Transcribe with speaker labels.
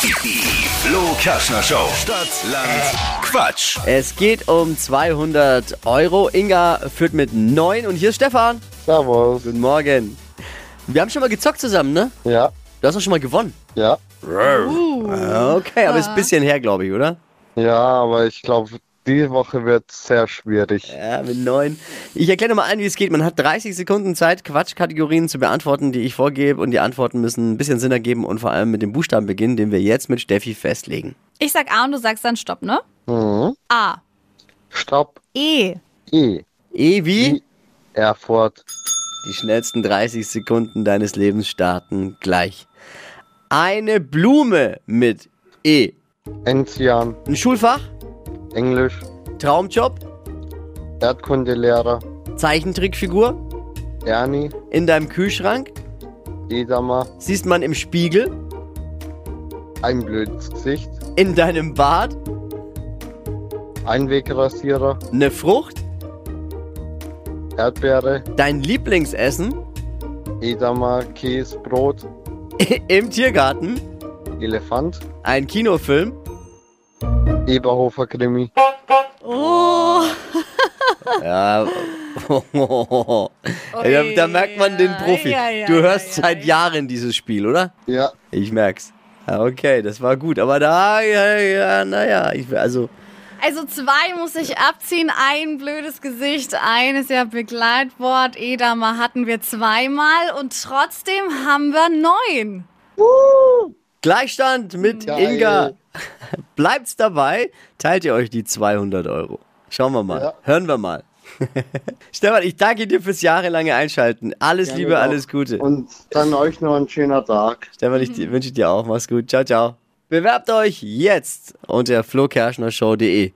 Speaker 1: Die Flo Kaschner Show. Stadt, Land, Quatsch.
Speaker 2: Es geht um 200 Euro. Inga führt mit 9 und hier ist Stefan.
Speaker 3: Servus.
Speaker 2: Guten Morgen. Wir haben schon mal gezockt zusammen, ne?
Speaker 3: Ja,
Speaker 2: Du hast doch schon mal gewonnen.
Speaker 3: ja,
Speaker 2: Okay, aber ist ein bisschen her, glaube ich, oder?
Speaker 3: ja, aber ich glaube, die Woche wird sehr schwierig.
Speaker 2: Ja, mit 9. Ich erkläre nochmal ein, wie es geht. Man hat 30 Sekunden Zeit, Quatschkategorien zu beantworten, die ich vorgebe. Und die Antworten müssen ein bisschen Sinn ergeben und vor allem mit dem Buchstaben beginnen, den wir jetzt mit Steffi festlegen.
Speaker 4: Ich sag A und du sagst dann Stopp, ne?
Speaker 3: Mhm.
Speaker 4: A.
Speaker 3: Stopp.
Speaker 4: E.
Speaker 3: E.
Speaker 2: E wie?
Speaker 3: Erfurt.
Speaker 2: Die schnellsten 30 Sekunden deines Lebens starten gleich. Eine Blume mit E.
Speaker 3: Enzian.
Speaker 2: Ein Schulfach,
Speaker 3: Englisch.
Speaker 2: Traumjob,
Speaker 3: Erdkundelehrer.
Speaker 2: Zeichentrickfigur,
Speaker 3: Ernie.
Speaker 2: in deinem Kühlschrank,
Speaker 3: Edama.
Speaker 2: siehst man im Spiegel,
Speaker 3: Ein blödes Gesicht.
Speaker 2: in deinem Bad,
Speaker 3: Einwegrasierer.
Speaker 2: eine Frucht,
Speaker 3: Erdbeere.
Speaker 2: dein Lieblingsessen,
Speaker 3: Edama. Käse. Brot.
Speaker 2: im Tiergarten,
Speaker 3: Elefant.
Speaker 2: ein Kinofilm.
Speaker 3: Eberhofer Krimi.
Speaker 2: Ja. da, da merkt man den Profi.
Speaker 4: ja, ja,
Speaker 2: du
Speaker 4: ja,
Speaker 2: hörst
Speaker 4: ja,
Speaker 2: seit
Speaker 4: ja.
Speaker 2: Jahren dieses Spiel, oder?
Speaker 3: Ja,
Speaker 2: Ich merk's. Ja, Okay, das war gut. Aber da, ja, ja, naja, ich, also,
Speaker 4: Also zwei muss ich abziehen, ein blödes Gesicht, eines ja Begleitwort. Edama hatten wir zweimal und trotzdem haben wir neun.
Speaker 2: Gleichstand mit
Speaker 3: Geil.
Speaker 2: Inga. Bleibt's dabei, teilt ihr euch die 200 Euro. Schauen wir mal,
Speaker 3: Ja.
Speaker 2: hören wir mal. Stefan, ich danke dir fürs jahrelange Einschalten. Alles
Speaker 3: Gerne
Speaker 2: Liebe,
Speaker 3: doch.
Speaker 2: alles Gute.
Speaker 3: und dann euch noch einen schönen Tag.
Speaker 2: Stefan, ich wünsche dir auch. Mach's gut. Ciao, ciao. Bewerbt euch jetzt unter flokerschnershow.de.